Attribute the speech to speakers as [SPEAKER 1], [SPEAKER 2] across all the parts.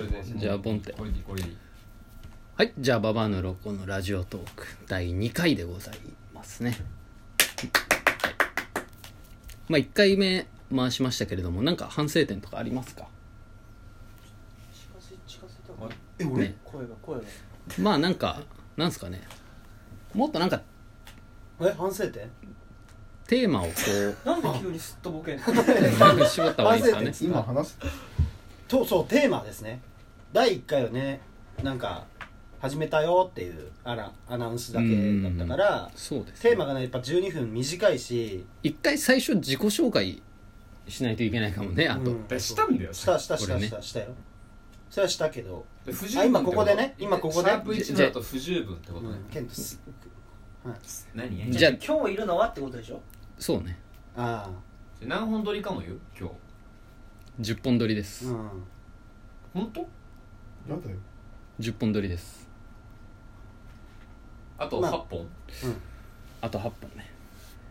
[SPEAKER 1] ね
[SPEAKER 2] じゃあボンって
[SPEAKER 1] これでいいこれでいい
[SPEAKER 2] はいじゃあ「ババアのロコ」のラジオトーク第2回でございますね、はいまあ1回目回しましたけれどもなんか反省点とかありますか
[SPEAKER 3] 近づい近づいた
[SPEAKER 1] あえ俺、
[SPEAKER 2] ね
[SPEAKER 3] 声が声が
[SPEAKER 2] まあなんかなんすかねもっとなんか
[SPEAKER 3] え反省点
[SPEAKER 2] テーマをこ
[SPEAKER 4] なんで急にすっとぼけんの
[SPEAKER 2] う絞った方がいいですかね
[SPEAKER 5] 今話す
[SPEAKER 3] とそうテーマですね第1回はねなんか始めたよっていうアナアナウンスだけだったから
[SPEAKER 2] そうですね、
[SPEAKER 3] テーマがねやっぱ12分短いし
[SPEAKER 2] 一回最初自己紹介しないといけないかもねあと、
[SPEAKER 3] うん
[SPEAKER 1] えしたんだよ
[SPEAKER 3] したしたし
[SPEAKER 2] こ
[SPEAKER 3] た
[SPEAKER 2] れ
[SPEAKER 3] し
[SPEAKER 2] ね
[SPEAKER 3] たしたよそれはしたけど
[SPEAKER 1] で不
[SPEAKER 3] あ今ここでね今ここで
[SPEAKER 1] シャープ1だと不十分ってこ
[SPEAKER 3] う
[SPEAKER 1] とね
[SPEAKER 3] んケントす
[SPEAKER 1] 何
[SPEAKER 2] じゃあ
[SPEAKER 4] 今日いるのはってことでしょ
[SPEAKER 2] そうね
[SPEAKER 3] あ
[SPEAKER 1] 何本撮りかも言う今日
[SPEAKER 2] 10本撮りで
[SPEAKER 3] あ
[SPEAKER 2] す、
[SPEAKER 3] うん
[SPEAKER 1] 本当
[SPEAKER 5] やだよ
[SPEAKER 2] 10本撮りです
[SPEAKER 1] あと
[SPEAKER 3] まあ
[SPEAKER 1] 8本
[SPEAKER 2] あと8本ね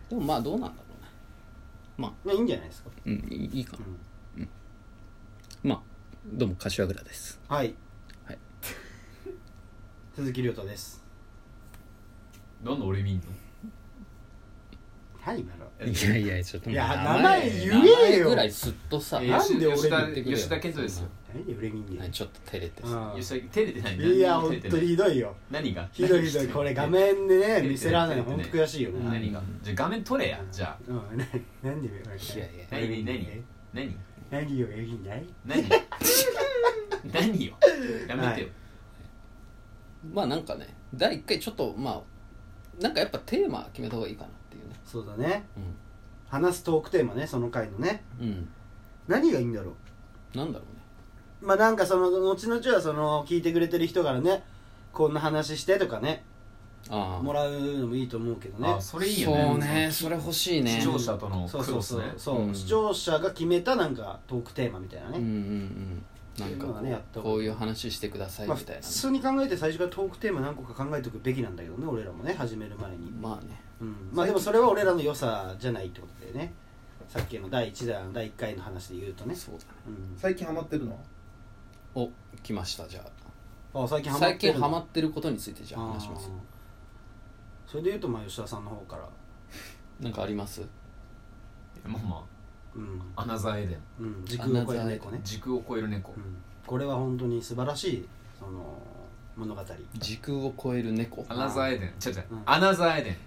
[SPEAKER 2] でもまあどうなんだろうね
[SPEAKER 3] ねいいんじゃないですか
[SPEAKER 2] うんいいいいかな
[SPEAKER 3] うん
[SPEAKER 2] まあどうも柏倉です
[SPEAKER 3] はい
[SPEAKER 2] はい
[SPEAKER 3] 鈴木亮太です
[SPEAKER 1] なんで俺見んの
[SPEAKER 3] はい今の
[SPEAKER 2] いやいやちょっと
[SPEAKER 3] いや名前
[SPEAKER 2] 名
[SPEAKER 3] 言え
[SPEAKER 2] 前
[SPEAKER 3] よ
[SPEAKER 2] ぐらいすっとさ、
[SPEAKER 1] え
[SPEAKER 3] な
[SPEAKER 1] ー
[SPEAKER 3] んで俺
[SPEAKER 1] 吉田
[SPEAKER 3] 見
[SPEAKER 2] てくれよ
[SPEAKER 1] 吉田健人ですよ
[SPEAKER 3] 何で売れみんね
[SPEAKER 2] はいちょっと照れてさ
[SPEAKER 3] ん
[SPEAKER 1] 吉田照れてない
[SPEAKER 3] いや
[SPEAKER 1] 何
[SPEAKER 3] 本
[SPEAKER 1] にも照れて
[SPEAKER 3] 当
[SPEAKER 1] ない
[SPEAKER 3] にひどいよ
[SPEAKER 1] 何が
[SPEAKER 3] ひどいひどいこれ画面でね見せられない
[SPEAKER 1] 照れ
[SPEAKER 3] 本
[SPEAKER 1] て
[SPEAKER 3] 当
[SPEAKER 1] る
[SPEAKER 3] 悔しいよね
[SPEAKER 1] 何がじゃあ画面撮れやじゃあ
[SPEAKER 3] うんな何で
[SPEAKER 2] いやいや
[SPEAKER 1] 何何何
[SPEAKER 3] 何を言うんだい
[SPEAKER 1] 何何よやめてよ
[SPEAKER 2] まあなんかね第1回ちょっとまあなんかやっぱテーマ決めた方がいいかなっていうね
[SPEAKER 3] そうだね話すトークテーマねその回のね
[SPEAKER 2] うん、うん、
[SPEAKER 3] 何がいいんだろう
[SPEAKER 2] なんだろうね
[SPEAKER 3] まあなんかその後々はその聞いてくれてる人からねこんな話してとかね
[SPEAKER 2] ああ
[SPEAKER 3] もらうのもいいと思うけどね
[SPEAKER 1] あそれいいよね
[SPEAKER 2] そうねそれ欲しいね
[SPEAKER 1] 視聴者との
[SPEAKER 3] そう
[SPEAKER 1] 苦
[SPEAKER 3] そ
[SPEAKER 1] 労
[SPEAKER 3] う
[SPEAKER 1] っ
[SPEAKER 3] そ
[SPEAKER 1] す
[SPEAKER 3] う
[SPEAKER 1] ね
[SPEAKER 3] そう、
[SPEAKER 2] うん
[SPEAKER 3] 視聴者が決めたなんかトークテーマみたいなね、
[SPEAKER 2] うんうんうんなんか
[SPEAKER 3] そういうの
[SPEAKER 2] こ
[SPEAKER 3] は
[SPEAKER 2] う,、
[SPEAKER 3] ねやった方が
[SPEAKER 2] こういう話してください
[SPEAKER 3] まあ、
[SPEAKER 2] み
[SPEAKER 3] 普
[SPEAKER 2] たいなね、
[SPEAKER 3] 通に考えて最初からトークテーマ何個か考えておくべきなんだけどね俺らもね始める前に、
[SPEAKER 2] まあ、ね
[SPEAKER 3] うん、まあでもそれは俺らの良さじゃないってことでねさっきの第1弾第1回の話で言うとね、
[SPEAKER 2] そうだね
[SPEAKER 3] うん、
[SPEAKER 5] 最近ハマってるの
[SPEAKER 2] お来ましたじゃ
[SPEAKER 3] あ最
[SPEAKER 2] あ
[SPEAKER 3] 近ハマっ
[SPEAKER 2] 最
[SPEAKER 3] て
[SPEAKER 2] 近
[SPEAKER 3] る
[SPEAKER 2] ハマ
[SPEAKER 3] っ
[SPEAKER 2] ってることについてじゃあ話します
[SPEAKER 3] それで言うとまあ吉田さんの方から
[SPEAKER 2] なんかあります
[SPEAKER 1] まあま
[SPEAKER 3] うん、
[SPEAKER 1] あアナザーエデン
[SPEAKER 3] うん、時空を超える猫ね、
[SPEAKER 1] 時空を超える猫
[SPEAKER 3] うん、これは本当に素晴らしいその物語
[SPEAKER 2] 時空を超える猫
[SPEAKER 1] アナザーエデン違う違う
[SPEAKER 3] うん
[SPEAKER 1] アナザーエデン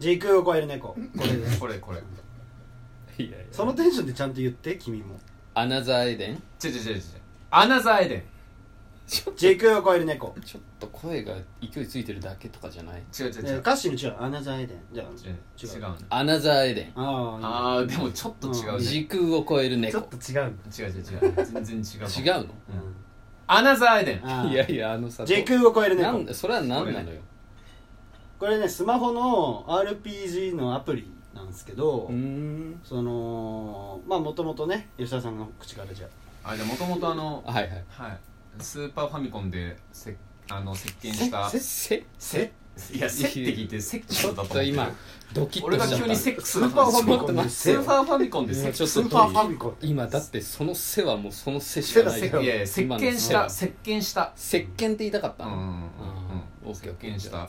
[SPEAKER 3] 時空を超える猫これで
[SPEAKER 1] これこれ
[SPEAKER 2] いやいや
[SPEAKER 3] そのテンションでちゃんと言って君も
[SPEAKER 2] アナザーエデン
[SPEAKER 1] 違う違う違う違うアナザーエデン
[SPEAKER 3] 時空を超える猫
[SPEAKER 2] ちょっと声が勢いついてるだけとかじゃない
[SPEAKER 1] 違う違う違
[SPEAKER 3] ね
[SPEAKER 1] う
[SPEAKER 3] 歌詞の違う「アナザーエデン」じゃ
[SPEAKER 1] 違う違
[SPEAKER 3] あ
[SPEAKER 1] うね
[SPEAKER 2] アナザーエデン
[SPEAKER 3] あ
[SPEAKER 1] あーでもちょっと違うね違
[SPEAKER 2] 時空を超える
[SPEAKER 3] あち
[SPEAKER 2] 猫
[SPEAKER 3] ょっと違うんだ
[SPEAKER 1] う違う違う全然違う
[SPEAKER 2] 違う
[SPEAKER 1] アナザーエデン
[SPEAKER 3] あ
[SPEAKER 2] の
[SPEAKER 3] ー
[SPEAKER 2] いやいやあのさ
[SPEAKER 3] 時空を超える
[SPEAKER 2] な
[SPEAKER 3] 猫
[SPEAKER 2] んだそれは何なのよ
[SPEAKER 3] これねスマホの RPG のアプリなんですけど
[SPEAKER 2] うーん
[SPEAKER 3] そのまあもともとね吉田さんの口からじゃ
[SPEAKER 1] あれもともとあの
[SPEAKER 2] はいはい
[SPEAKER 1] はいスーパーファミコンでせあの石鹸した
[SPEAKER 2] せせ
[SPEAKER 1] せいやせって聞いてセック
[SPEAKER 2] ちょ
[SPEAKER 1] スだと
[SPEAKER 2] っ
[SPEAKER 1] 思
[SPEAKER 2] と
[SPEAKER 1] 今
[SPEAKER 2] 今ドキッ
[SPEAKER 1] 俺
[SPEAKER 2] と
[SPEAKER 1] が
[SPEAKER 2] しちゃった
[SPEAKER 1] 急にセックス
[SPEAKER 3] スーパーファミ
[SPEAKER 2] ちょっ
[SPEAKER 3] コ
[SPEAKER 2] と
[SPEAKER 3] ン
[SPEAKER 2] 待っ
[SPEAKER 3] で
[SPEAKER 2] て
[SPEAKER 1] スーパーファミコンでセック
[SPEAKER 2] ちょっと
[SPEAKER 3] スーパーファミコン
[SPEAKER 2] 今だってその「せ」はもうその「せ」しかない
[SPEAKER 3] せ
[SPEAKER 1] ス
[SPEAKER 3] だ
[SPEAKER 1] いやいや石
[SPEAKER 2] 今の
[SPEAKER 1] 鹸し
[SPEAKER 2] せは
[SPEAKER 1] た石鹸した
[SPEAKER 2] 石鹸って言いたかっ
[SPEAKER 1] う
[SPEAKER 2] た
[SPEAKER 1] んうんう
[SPEAKER 2] の
[SPEAKER 1] んうん
[SPEAKER 2] オッ
[SPEAKER 1] 石
[SPEAKER 2] ケーオッケー
[SPEAKER 1] 鹸した
[SPEAKER 3] う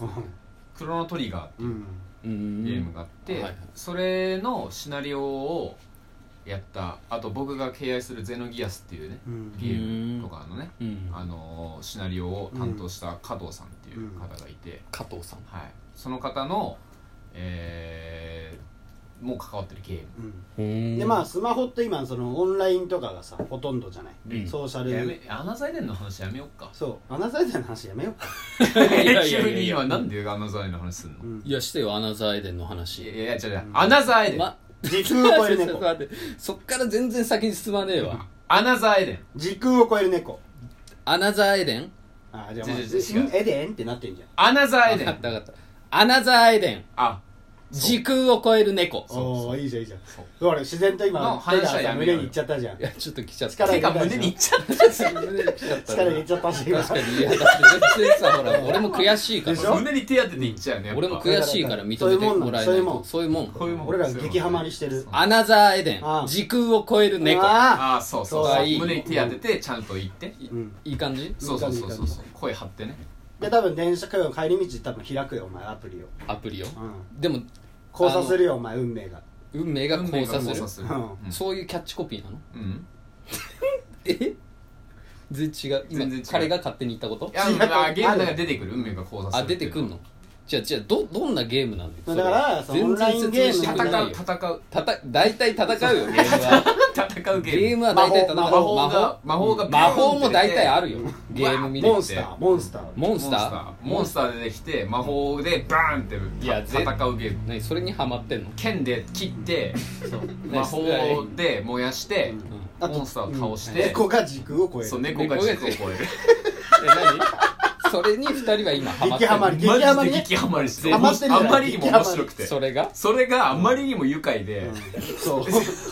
[SPEAKER 1] クロノトリガーっていうん
[SPEAKER 2] うん
[SPEAKER 1] ゲームがあって、
[SPEAKER 2] うんはいはい
[SPEAKER 1] それのシナリオをやったあと僕が敬愛するゼノギアスっていうね
[SPEAKER 3] うん
[SPEAKER 1] ゲームとかのね、
[SPEAKER 2] うん
[SPEAKER 1] あのーシナリオを担当した加藤さんっていう方がいて、
[SPEAKER 2] 加藤さん
[SPEAKER 1] はい、その方の、えーもう関わってるゲーム
[SPEAKER 3] うん
[SPEAKER 2] で
[SPEAKER 3] でまあスマホって今そのオンラインとかがさほとんどじゃない、
[SPEAKER 2] うん
[SPEAKER 3] ソーシャ
[SPEAKER 1] や
[SPEAKER 3] ル
[SPEAKER 1] めアナザイデンの話やめようか
[SPEAKER 3] そうアナザーエデンの話やめようか、
[SPEAKER 2] いやいやいや
[SPEAKER 1] 急に今なんでアナザイデンの話すんの、
[SPEAKER 3] うん
[SPEAKER 2] いやしてよアナザーエデン
[SPEAKER 1] い
[SPEAKER 2] の
[SPEAKER 1] や
[SPEAKER 2] 話
[SPEAKER 1] いや違う違うアナザイデン、
[SPEAKER 2] ま
[SPEAKER 3] 時空を超える
[SPEAKER 2] ちょっと
[SPEAKER 3] 猫
[SPEAKER 2] 待って そっから全然先に進まねえわ
[SPEAKER 1] アナザイデン
[SPEAKER 3] 時空を超える猫
[SPEAKER 2] アナザーエデン
[SPEAKER 3] あーじゃあ、まあ、
[SPEAKER 1] 違う違う違う
[SPEAKER 3] エデンってなってんじゃん
[SPEAKER 1] アナザイデ
[SPEAKER 2] 分か
[SPEAKER 1] ン
[SPEAKER 2] った分かったアナザーエデン
[SPEAKER 1] あ
[SPEAKER 2] 時空を超える猫
[SPEAKER 1] そうそう
[SPEAKER 3] おーいいじゃんいいじゃん
[SPEAKER 1] そう
[SPEAKER 3] ほら自然と
[SPEAKER 1] の
[SPEAKER 3] 今
[SPEAKER 1] 反
[SPEAKER 3] 手が
[SPEAKER 1] 射や
[SPEAKER 3] さ
[SPEAKER 1] めよ
[SPEAKER 3] 胸
[SPEAKER 1] うよ
[SPEAKER 3] にいっちゃったじゃん
[SPEAKER 2] いやちょっと来ちゃった
[SPEAKER 3] 力
[SPEAKER 1] 手が
[SPEAKER 3] 入れたい
[SPEAKER 1] 胸にいっちゃった
[SPEAKER 2] 胸に来ちゃったな
[SPEAKER 3] 力入れちゃったし今
[SPEAKER 2] 確かにいやだって全然さ ほら俺も悔しいから
[SPEAKER 3] でしょ
[SPEAKER 1] 胸に手当てていっちゃうねやっぱ
[SPEAKER 2] 俺も悔しいから認めてもらえないとそういうもん
[SPEAKER 1] こういうもん
[SPEAKER 3] 俺ら激ハマりしてる
[SPEAKER 2] アナザーエデン
[SPEAKER 3] ああ
[SPEAKER 2] 時空を超える猫
[SPEAKER 3] あ
[SPEAKER 1] ああそうそう
[SPEAKER 3] そう
[SPEAKER 1] そ
[SPEAKER 3] だ
[SPEAKER 1] う
[SPEAKER 2] いい
[SPEAKER 1] 胸に手当ててちゃんと言って
[SPEAKER 3] ーうん
[SPEAKER 2] いい感じ
[SPEAKER 1] そうそうそうそう
[SPEAKER 3] いい感じいい
[SPEAKER 1] そう声張ってね
[SPEAKER 3] で多分電車通う帰り道多分開くよお前アプリを、
[SPEAKER 2] アプリを
[SPEAKER 3] うん、
[SPEAKER 2] でも
[SPEAKER 3] 交差するよお前運命が
[SPEAKER 2] 運命が交差
[SPEAKER 1] 運命が
[SPEAKER 2] する
[SPEAKER 1] 交する
[SPEAKER 3] うん
[SPEAKER 1] うん
[SPEAKER 2] そういうキャッチコピーなの
[SPEAKER 1] うん
[SPEAKER 2] え全然違う
[SPEAKER 1] 全然違う
[SPEAKER 2] 今彼が勝手に言ったこと
[SPEAKER 1] いやまあゲームだから出てくる運命が交差する
[SPEAKER 2] あ出てくんのじゃあじゃあどどんなゲームなんだよ
[SPEAKER 3] だから
[SPEAKER 2] それ
[SPEAKER 3] そのオンラインゲーム
[SPEAKER 2] 全然説明してくれな
[SPEAKER 1] 戦
[SPEAKER 2] いうよ
[SPEAKER 1] 戦う
[SPEAKER 2] たた大体戦うよゲームは
[SPEAKER 1] 戦うゲ
[SPEAKER 2] ゲ
[SPEAKER 1] ーム
[SPEAKER 2] ームは大体戦う
[SPEAKER 3] 魔
[SPEAKER 1] 魔法が魔法が
[SPEAKER 2] 魔法も大体あ
[SPEAKER 1] る
[SPEAKER 2] るよゲーム見て
[SPEAKER 3] モンスターモンスター
[SPEAKER 2] モ
[SPEAKER 1] モ
[SPEAKER 2] ン
[SPEAKER 1] ンス
[SPEAKER 2] ス
[SPEAKER 1] タ
[SPEAKER 2] タ
[SPEAKER 1] ー
[SPEAKER 2] ー
[SPEAKER 1] モンスター出てきて魔法でバーンって
[SPEAKER 2] いや
[SPEAKER 1] 戦
[SPEAKER 2] ぜ
[SPEAKER 1] うゲーム
[SPEAKER 2] 何それにハマってんの
[SPEAKER 1] 剣で切って魔法で燃やして
[SPEAKER 3] あと
[SPEAKER 1] モンスターを倒して
[SPEAKER 3] 猫が時空を超える
[SPEAKER 1] そう猫が軸を超える
[SPEAKER 2] え何 それに二人は今ハマって
[SPEAKER 3] 激ハマり
[SPEAKER 2] る
[SPEAKER 3] 猫が
[SPEAKER 1] マジで激ハマりして
[SPEAKER 3] ハマってるじゃ
[SPEAKER 1] あ
[SPEAKER 3] ん
[SPEAKER 1] まりにも面白くて
[SPEAKER 2] それが
[SPEAKER 1] それがあまりにも愉快で
[SPEAKER 3] そう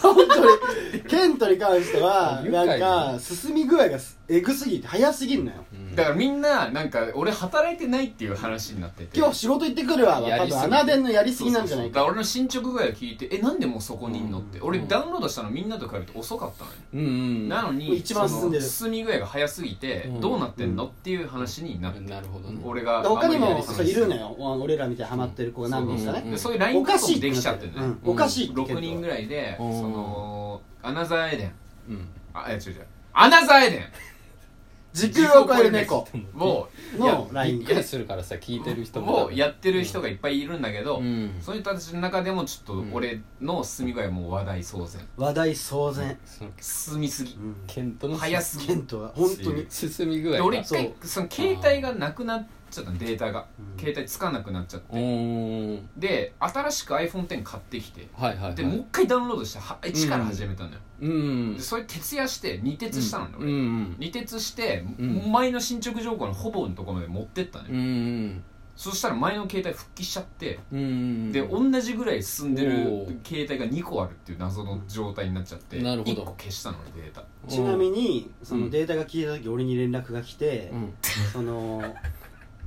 [SPEAKER 3] 本当にケントに関しては
[SPEAKER 2] 愉快だね
[SPEAKER 3] なんか進み具合がすえぐすぎて早すぎんのよ
[SPEAKER 1] だからみんななんか俺働いてないっていう話になってて
[SPEAKER 3] 今日仕事行ってくるわは
[SPEAKER 2] や
[SPEAKER 3] 多
[SPEAKER 2] りす
[SPEAKER 3] 分
[SPEAKER 2] ぎ
[SPEAKER 3] 穴伝のやりすぎなんじゃないか
[SPEAKER 1] そうそうそうだから俺の進捗具合を聞いてえなんでもうそこにいんのって俺
[SPEAKER 2] うん
[SPEAKER 1] ダウンロードしたのみんなと比べて遅かったのよ
[SPEAKER 2] うんうん
[SPEAKER 1] な
[SPEAKER 2] な
[SPEAKER 1] のに
[SPEAKER 3] 一番進んでる
[SPEAKER 1] その進み具合が早すぎて
[SPEAKER 2] うん
[SPEAKER 1] どうなってんのっていう話になって
[SPEAKER 2] るほどね
[SPEAKER 1] 俺が
[SPEAKER 3] で他に
[SPEAKER 1] あんまりや
[SPEAKER 3] も
[SPEAKER 1] りすぎ
[SPEAKER 3] そういるのよお俺らみたいにハマってる子が何人か
[SPEAKER 2] うん
[SPEAKER 3] ね
[SPEAKER 1] でそういう LINE と
[SPEAKER 3] お
[SPEAKER 1] か
[SPEAKER 3] か
[SPEAKER 1] も
[SPEAKER 3] しいっ
[SPEAKER 1] で
[SPEAKER 3] てな
[SPEAKER 1] き
[SPEAKER 3] っ
[SPEAKER 1] ちゃってて
[SPEAKER 3] る
[SPEAKER 1] ね
[SPEAKER 3] うんおかしいって
[SPEAKER 1] 6人ぐ
[SPEAKER 3] い
[SPEAKER 1] らいでそ
[SPEAKER 2] うん
[SPEAKER 1] のアナザーエデン
[SPEAKER 2] うん
[SPEAKER 1] あいや違う違うアナザーエデ
[SPEAKER 3] 時空を超える猫
[SPEAKER 1] ンを
[SPEAKER 3] のライ
[SPEAKER 2] びっ
[SPEAKER 3] ン
[SPEAKER 2] くりするからさ聞いてる人も
[SPEAKER 1] もうやってる人がいっぱいいるんだけど、
[SPEAKER 2] うん
[SPEAKER 1] そういう人たちの中でもちょっと俺の進み具合も話題騒然
[SPEAKER 3] 話題騒然
[SPEAKER 2] その
[SPEAKER 1] 進みすぎ
[SPEAKER 3] うん
[SPEAKER 2] ケントの
[SPEAKER 1] 早すぎ
[SPEAKER 3] ケントは本当に
[SPEAKER 2] 進み具合
[SPEAKER 1] で
[SPEAKER 2] が
[SPEAKER 1] 俺一回
[SPEAKER 3] そ
[SPEAKER 1] その携帯がなくなっちゃったのデータが、
[SPEAKER 3] うん
[SPEAKER 1] 携帯つかなくなっちゃっ
[SPEAKER 2] う
[SPEAKER 1] て、
[SPEAKER 2] ーん
[SPEAKER 1] で新しく iPhone10 買ってきて
[SPEAKER 2] はいはいはい
[SPEAKER 1] でもう一回ダウンロードしては一から始めたのよ、
[SPEAKER 2] うん
[SPEAKER 1] でそれ徹夜して二徹したのよ、
[SPEAKER 2] う
[SPEAKER 1] 俺
[SPEAKER 2] んうん
[SPEAKER 1] 二徹して、
[SPEAKER 2] ん
[SPEAKER 1] 前の進捗情報のほぼのところまで持ってったのよ、
[SPEAKER 2] うんうん
[SPEAKER 1] そしたら前の携帯復帰しちゃって、
[SPEAKER 2] うんうん
[SPEAKER 1] で同じぐらい進んで
[SPEAKER 2] お
[SPEAKER 1] る
[SPEAKER 2] ー
[SPEAKER 1] 携帯が2個あるっていう謎の状態になっちゃって
[SPEAKER 2] なるほ
[SPEAKER 1] 1
[SPEAKER 2] ど
[SPEAKER 1] 個消したのよデータ
[SPEAKER 2] うん
[SPEAKER 3] ちなみにそうの
[SPEAKER 2] ん
[SPEAKER 3] データが消えた時俺に連絡が来て
[SPEAKER 2] うん
[SPEAKER 3] その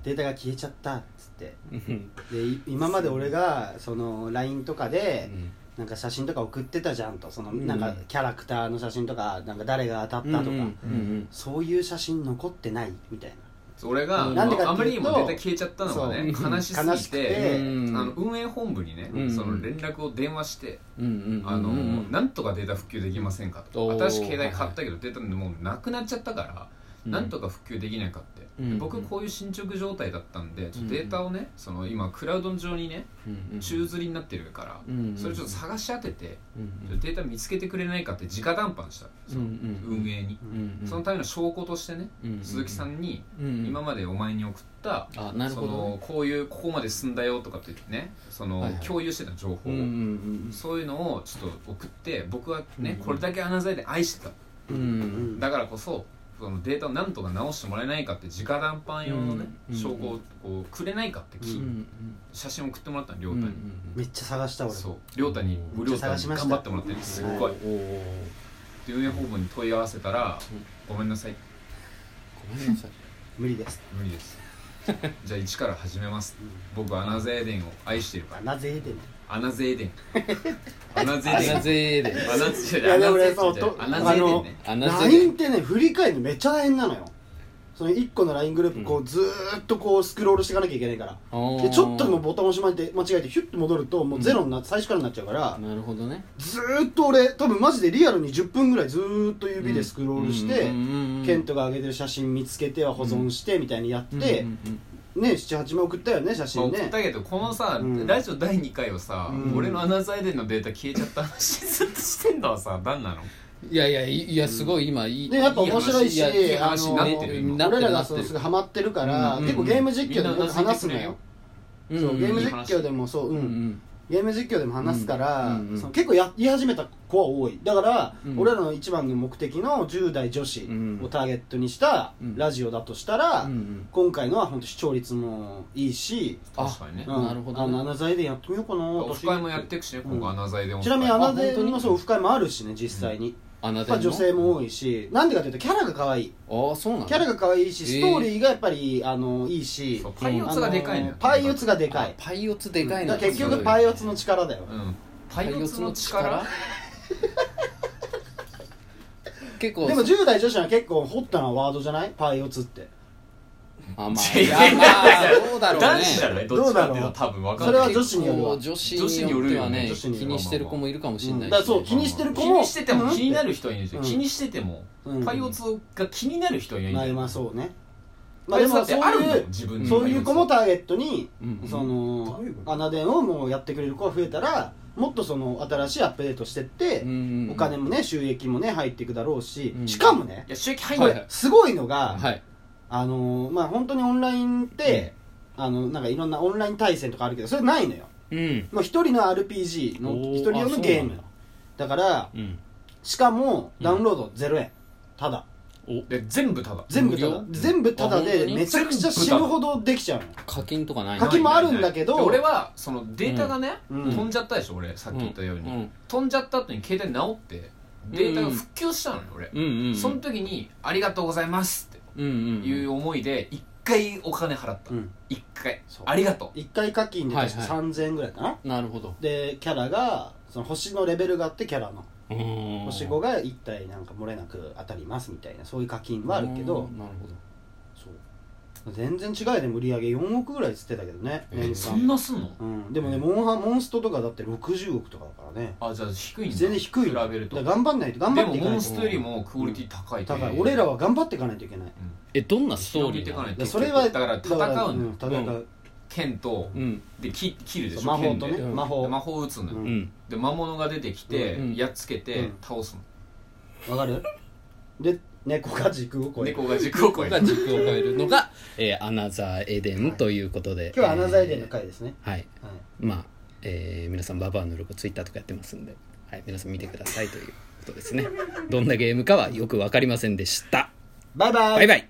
[SPEAKER 3] データが消えちゃったっつって
[SPEAKER 2] うん
[SPEAKER 3] でい今まで俺がその LINE とか
[SPEAKER 2] う
[SPEAKER 3] で
[SPEAKER 2] ん
[SPEAKER 3] なんか写真とか送ってたじゃんとその
[SPEAKER 2] うん
[SPEAKER 3] なんかキャラクターの写真とかなんか誰が当たったと
[SPEAKER 2] う
[SPEAKER 3] か、
[SPEAKER 2] んうん
[SPEAKER 3] そういう写真残ってないみたい
[SPEAKER 1] それが、
[SPEAKER 2] うん
[SPEAKER 1] ま
[SPEAKER 3] なんで
[SPEAKER 1] あ、
[SPEAKER 3] か
[SPEAKER 1] あ
[SPEAKER 3] って
[SPEAKER 1] まり
[SPEAKER 3] い
[SPEAKER 1] に
[SPEAKER 3] うと
[SPEAKER 1] もデータ消えちゃったのがね
[SPEAKER 2] そう
[SPEAKER 1] 悲し
[SPEAKER 3] 悲
[SPEAKER 1] す
[SPEAKER 3] し
[SPEAKER 1] ぎ
[SPEAKER 3] く
[SPEAKER 1] て
[SPEAKER 3] て
[SPEAKER 2] うん
[SPEAKER 1] あの運営本部にね、
[SPEAKER 2] うん
[SPEAKER 1] その連絡を電話して、
[SPEAKER 2] うんうんうん
[SPEAKER 1] あの
[SPEAKER 2] うん
[SPEAKER 1] なんとかデータ復旧できませんかと
[SPEAKER 2] おー
[SPEAKER 1] 私携帯買ったけどデータもうなくなっちゃったから、
[SPEAKER 2] うん
[SPEAKER 1] なんとか復旧できないかって、
[SPEAKER 2] うん
[SPEAKER 1] 僕こういう進捗状態だったんでちょっとデータをね、その今クラウド上にね
[SPEAKER 2] うんうん
[SPEAKER 1] 宙吊りになってるから、
[SPEAKER 2] うん
[SPEAKER 1] それちょっと探し当てて、
[SPEAKER 2] うん
[SPEAKER 1] データ見つけてくれないかって直談判した
[SPEAKER 2] うんうん
[SPEAKER 1] 運営に、
[SPEAKER 2] うんうん
[SPEAKER 1] そのための証拠としてね、
[SPEAKER 2] うんうん
[SPEAKER 1] 鈴木さんに
[SPEAKER 2] うん
[SPEAKER 1] 今までお前に送った、
[SPEAKER 2] あなる
[SPEAKER 1] そ
[SPEAKER 2] ほどね
[SPEAKER 1] のこういうここまで進んだよとかって言ってねその、
[SPEAKER 2] はいはい
[SPEAKER 1] 共有してた情報
[SPEAKER 2] う
[SPEAKER 1] を、
[SPEAKER 2] んうん
[SPEAKER 1] そういうのをちょっと送って僕はね、
[SPEAKER 2] うん
[SPEAKER 1] これだけアナザイで愛してた
[SPEAKER 2] うんう
[SPEAKER 3] な、
[SPEAKER 2] ん
[SPEAKER 1] だからこそそのデータをなんとか直してもらえないかって直談判用のね、
[SPEAKER 2] うん
[SPEAKER 1] 証拠をこうくれないかってき、
[SPEAKER 2] うんうん
[SPEAKER 1] 写真を送ってもらったの亮
[SPEAKER 2] う
[SPEAKER 1] 太に、
[SPEAKER 2] ん
[SPEAKER 3] めっちゃ探した俺
[SPEAKER 1] そう亮太に
[SPEAKER 2] うん
[SPEAKER 1] 無料太
[SPEAKER 3] 探
[SPEAKER 1] に
[SPEAKER 3] しまし
[SPEAKER 1] 頑
[SPEAKER 3] た
[SPEAKER 1] 張ってもらってねすっごい
[SPEAKER 2] おー
[SPEAKER 1] で運営方法に問い合わせたら「ごめんなさい
[SPEAKER 2] ごめん なさい
[SPEAKER 3] 無理です
[SPEAKER 1] 無理 です」じゃあ一から始めます僕はアナゼーデンを愛してるか
[SPEAKER 3] なぜエデン
[SPEAKER 1] らアナゼー デンアナゼー
[SPEAKER 2] ア
[SPEAKER 1] デン
[SPEAKER 2] ナゼーデン
[SPEAKER 1] アナゼー
[SPEAKER 3] いやでも
[SPEAKER 1] デ
[SPEAKER 3] ね
[SPEAKER 1] ン
[SPEAKER 3] そうと
[SPEAKER 1] アナゼーデンね
[SPEAKER 2] アナゼーデ
[SPEAKER 3] LINE
[SPEAKER 2] ン
[SPEAKER 3] ってね振り返るのめっちゃ大変なのよその1個の LINE グループこうずーっとこうスクロールしていかなきゃいけないから、
[SPEAKER 2] おー
[SPEAKER 3] でちょっとでもボタン押し間違えて間違えてヒュッと戻るともうゼロにな、最初からになっちゃうから、
[SPEAKER 2] なるほどね
[SPEAKER 3] ずーっと俺多分マジでリアルに10分ぐらいずーっと指でスクロールして、
[SPEAKER 2] うんうんうん
[SPEAKER 3] ケントが上げてる写真見つけては保存してみたいにやって、
[SPEAKER 2] うんうん
[SPEAKER 3] ね78枚送ったよね写
[SPEAKER 1] まあ
[SPEAKER 3] 真
[SPEAKER 1] 送っ
[SPEAKER 3] ね
[SPEAKER 1] たけどこのさ、
[SPEAKER 3] うん
[SPEAKER 1] ラジオ第2回をさ、
[SPEAKER 3] うん
[SPEAKER 1] 俺のアナザーデンのデータ消えちゃった話ずっとしてんだわさ何なの
[SPEAKER 2] うんいやいやいいやすごい今いい
[SPEAKER 3] でやっぱ面白いし
[SPEAKER 2] や
[SPEAKER 1] いい
[SPEAKER 3] あの
[SPEAKER 1] 話になってる今
[SPEAKER 2] なってる
[SPEAKER 3] 俺
[SPEAKER 2] な
[SPEAKER 3] らが
[SPEAKER 2] って
[SPEAKER 3] そう
[SPEAKER 2] る
[SPEAKER 3] すごいハマってるから、
[SPEAKER 2] うん
[SPEAKER 3] 結構ゲーム実況でもよく話すの
[SPEAKER 1] みんなうなずいてくれるよ
[SPEAKER 3] よ、
[SPEAKER 2] うん
[SPEAKER 3] そうゲーム
[SPEAKER 1] いい
[SPEAKER 3] 実
[SPEAKER 1] 話
[SPEAKER 3] 況でもそう、うん
[SPEAKER 2] うん
[SPEAKER 3] ゲーム実況でも話すから、
[SPEAKER 2] うんうんうん
[SPEAKER 3] その結構や言い始めた子は多いだから、
[SPEAKER 2] うん
[SPEAKER 3] 俺らの一番の目的の10代女子をターゲットにした
[SPEAKER 2] うん
[SPEAKER 3] ラジオだとしたら、
[SPEAKER 2] うんうん
[SPEAKER 3] 今回のは本当視聴率もいいし、
[SPEAKER 2] あ
[SPEAKER 1] 確かにね
[SPEAKER 3] うん、
[SPEAKER 2] なるほどね
[SPEAKER 3] あの穴剤でやってみようかな
[SPEAKER 1] オ
[SPEAKER 3] 私
[SPEAKER 1] フ会もやっていくしね今後
[SPEAKER 3] うん
[SPEAKER 1] 穴材でも
[SPEAKER 3] ちなみに穴
[SPEAKER 2] あ
[SPEAKER 3] 剤
[SPEAKER 2] 本当
[SPEAKER 3] の
[SPEAKER 2] に
[SPEAKER 3] そうオフ会もあるしね実際に、
[SPEAKER 2] 穴
[SPEAKER 3] やっ
[SPEAKER 2] で
[SPEAKER 3] ぱ女性も多いしなんでかというとキャラが可愛い
[SPEAKER 2] ああそうなんだ
[SPEAKER 3] キャラが可愛いし
[SPEAKER 2] へ
[SPEAKER 3] ス
[SPEAKER 2] え
[SPEAKER 3] トーリーがやっぱりあのいいし
[SPEAKER 1] そうパイオツがでかいのよ
[SPEAKER 3] あのパイオツがでかい
[SPEAKER 2] あパイオツでかい
[SPEAKER 3] だ
[SPEAKER 2] な
[SPEAKER 3] から結局パイオツの力だよ、
[SPEAKER 1] うんパイオツの 力
[SPEAKER 2] 結構
[SPEAKER 3] でも10代女子は結構ホットなワードじゃないパイオツって
[SPEAKER 2] あまあ
[SPEAKER 1] 違う
[SPEAKER 2] いやまあどうだろうね
[SPEAKER 1] 男子じゃないどっちかっていうと
[SPEAKER 3] どうだろう
[SPEAKER 1] 多分分か
[SPEAKER 3] そ
[SPEAKER 1] ん
[SPEAKER 3] れ
[SPEAKER 1] ない
[SPEAKER 3] は
[SPEAKER 1] けど
[SPEAKER 3] 女子によるわ
[SPEAKER 2] こう女子によってはね
[SPEAKER 3] 女子による
[SPEAKER 2] 気
[SPEAKER 3] よね
[SPEAKER 2] にしてる子もいるかもしれないし、
[SPEAKER 3] う
[SPEAKER 2] ね
[SPEAKER 3] んだからそう気にしてる子
[SPEAKER 1] 気
[SPEAKER 3] も
[SPEAKER 1] にしてても気になる人はいるんですよ
[SPEAKER 3] うん
[SPEAKER 1] 気にしてても
[SPEAKER 3] うん
[SPEAKER 1] パイオツが気になる人はい
[SPEAKER 3] ま
[SPEAKER 1] な
[SPEAKER 3] あ
[SPEAKER 1] い
[SPEAKER 3] まあ
[SPEAKER 1] う
[SPEAKER 3] そうねま
[SPEAKER 1] パ
[SPEAKER 3] あ
[SPEAKER 1] イ
[SPEAKER 3] で
[SPEAKER 1] オツだ
[SPEAKER 3] も
[SPEAKER 1] っ
[SPEAKER 3] そ
[SPEAKER 1] て
[SPEAKER 3] う
[SPEAKER 1] あるの
[SPEAKER 3] い
[SPEAKER 1] よ
[SPEAKER 3] う
[SPEAKER 1] 自分に
[SPEAKER 3] そういう子もターゲットに
[SPEAKER 2] うんうん
[SPEAKER 3] その
[SPEAKER 5] どういうこと
[SPEAKER 3] 穴電をもうやってくれる子が増えたらもっとその新しいアップデートしてって
[SPEAKER 2] うん
[SPEAKER 3] お金もね収益もね入っていくだろうし
[SPEAKER 2] うん
[SPEAKER 3] しかもね
[SPEAKER 1] いや収益入ん
[SPEAKER 3] こ
[SPEAKER 1] な
[SPEAKER 2] はい
[SPEAKER 3] れすごいのが
[SPEAKER 2] はい
[SPEAKER 3] あのーまあ本当にオンラインってあのなんかいろんなオンライン対戦とかあるけどそれないのよ
[SPEAKER 2] うん
[SPEAKER 3] もう一人の RPG の
[SPEAKER 2] おー
[SPEAKER 3] 一人用
[SPEAKER 2] あそうな
[SPEAKER 3] の
[SPEAKER 2] んだ
[SPEAKER 3] ゲームだから
[SPEAKER 2] うん
[SPEAKER 3] しかもダウンロード0円ただ
[SPEAKER 1] で全部ただ
[SPEAKER 3] 全部ただ
[SPEAKER 2] 無料
[SPEAKER 3] 全部ただ
[SPEAKER 2] あ本
[SPEAKER 3] で
[SPEAKER 2] 当に
[SPEAKER 3] めちゃくちゃ死ぬほどできちゃうの
[SPEAKER 2] 課金とかない
[SPEAKER 3] 課金もあるんだけど
[SPEAKER 1] で俺はそのデータがね
[SPEAKER 3] うん
[SPEAKER 1] 飛んじゃったでしょ俺さっき言ったよう
[SPEAKER 2] う
[SPEAKER 1] に
[SPEAKER 2] ん
[SPEAKER 1] 飛んじゃった後に携帯直ってデータが復旧したのよ俺
[SPEAKER 2] うんうんうん
[SPEAKER 1] その時に「ありがとうございます」っ
[SPEAKER 2] うんうん
[SPEAKER 1] ていう思いで一回お金払った
[SPEAKER 3] うん
[SPEAKER 1] 一回
[SPEAKER 3] そう
[SPEAKER 1] ありがとう
[SPEAKER 3] 1回課金で確か
[SPEAKER 2] はいは
[SPEAKER 3] 3000円ぐらいかな
[SPEAKER 2] なるほど
[SPEAKER 3] でキャラがその星のレベルがあってキャラの
[SPEAKER 2] うん
[SPEAKER 3] 星5が1体なんか漏れなく当たりますみたいなそういう課金はあるけ
[SPEAKER 2] う
[SPEAKER 3] ど
[SPEAKER 2] んなるほど
[SPEAKER 3] そう全然違いでも売り上げ4億ぐらいっつってたけどね
[SPEAKER 2] え
[SPEAKER 3] 年間
[SPEAKER 1] そんなすんの
[SPEAKER 3] うん、でもねモンハンモンストとかだって60億とかだからね
[SPEAKER 1] あじゃあ低いんだ
[SPEAKER 3] 全然低
[SPEAKER 1] 比
[SPEAKER 3] いの
[SPEAKER 1] べると
[SPEAKER 3] だ
[SPEAKER 1] で
[SPEAKER 3] から頑張んないと頑張って
[SPEAKER 1] も
[SPEAKER 3] いか
[SPEAKER 1] モ
[SPEAKER 3] ない
[SPEAKER 1] ン
[SPEAKER 3] と
[SPEAKER 1] ストよりもクオリティ高い
[SPEAKER 3] だから俺らは頑張っていかないといけないだか
[SPEAKER 2] えどんなス
[SPEAKER 1] 広
[SPEAKER 2] トー
[SPEAKER 1] げ
[SPEAKER 2] リ
[SPEAKER 1] てい
[SPEAKER 2] ー
[SPEAKER 1] か
[SPEAKER 2] な
[SPEAKER 1] ない
[SPEAKER 2] の
[SPEAKER 1] と
[SPEAKER 3] ら
[SPEAKER 1] 結
[SPEAKER 3] そ
[SPEAKER 1] 局
[SPEAKER 3] れは
[SPEAKER 1] だから戦う
[SPEAKER 3] うん
[SPEAKER 1] の
[SPEAKER 3] 戦う、
[SPEAKER 1] 剣と
[SPEAKER 2] うん
[SPEAKER 1] でき切るでし
[SPEAKER 3] 魔
[SPEAKER 1] ょ
[SPEAKER 3] 法
[SPEAKER 1] 剣
[SPEAKER 3] と
[SPEAKER 1] で
[SPEAKER 3] ね
[SPEAKER 2] うん
[SPEAKER 3] 魔法
[SPEAKER 1] で魔
[SPEAKER 3] わ、
[SPEAKER 1] 法打つの
[SPEAKER 3] う
[SPEAKER 1] よ
[SPEAKER 3] ん
[SPEAKER 2] うん
[SPEAKER 1] で魔物が出てきて
[SPEAKER 2] うん
[SPEAKER 1] やっつけて
[SPEAKER 3] うん
[SPEAKER 1] 倒す
[SPEAKER 3] かるで猫が軸を
[SPEAKER 1] の
[SPEAKER 3] 超える
[SPEAKER 1] 猫が軸を越え
[SPEAKER 2] が
[SPEAKER 1] る
[SPEAKER 2] 軸を超えるのが、 えーアナザーエデンということで、
[SPEAKER 3] 今日はアナザイデンの回ですね、
[SPEAKER 2] えーはい
[SPEAKER 3] はい
[SPEAKER 2] まあ、えー皆さんババアのロゴツイッターとかやってますんで、はい、皆さん見てくださいということですねどんなゲームかはよく分かりませんでした
[SPEAKER 3] バイバイ
[SPEAKER 2] バイバイ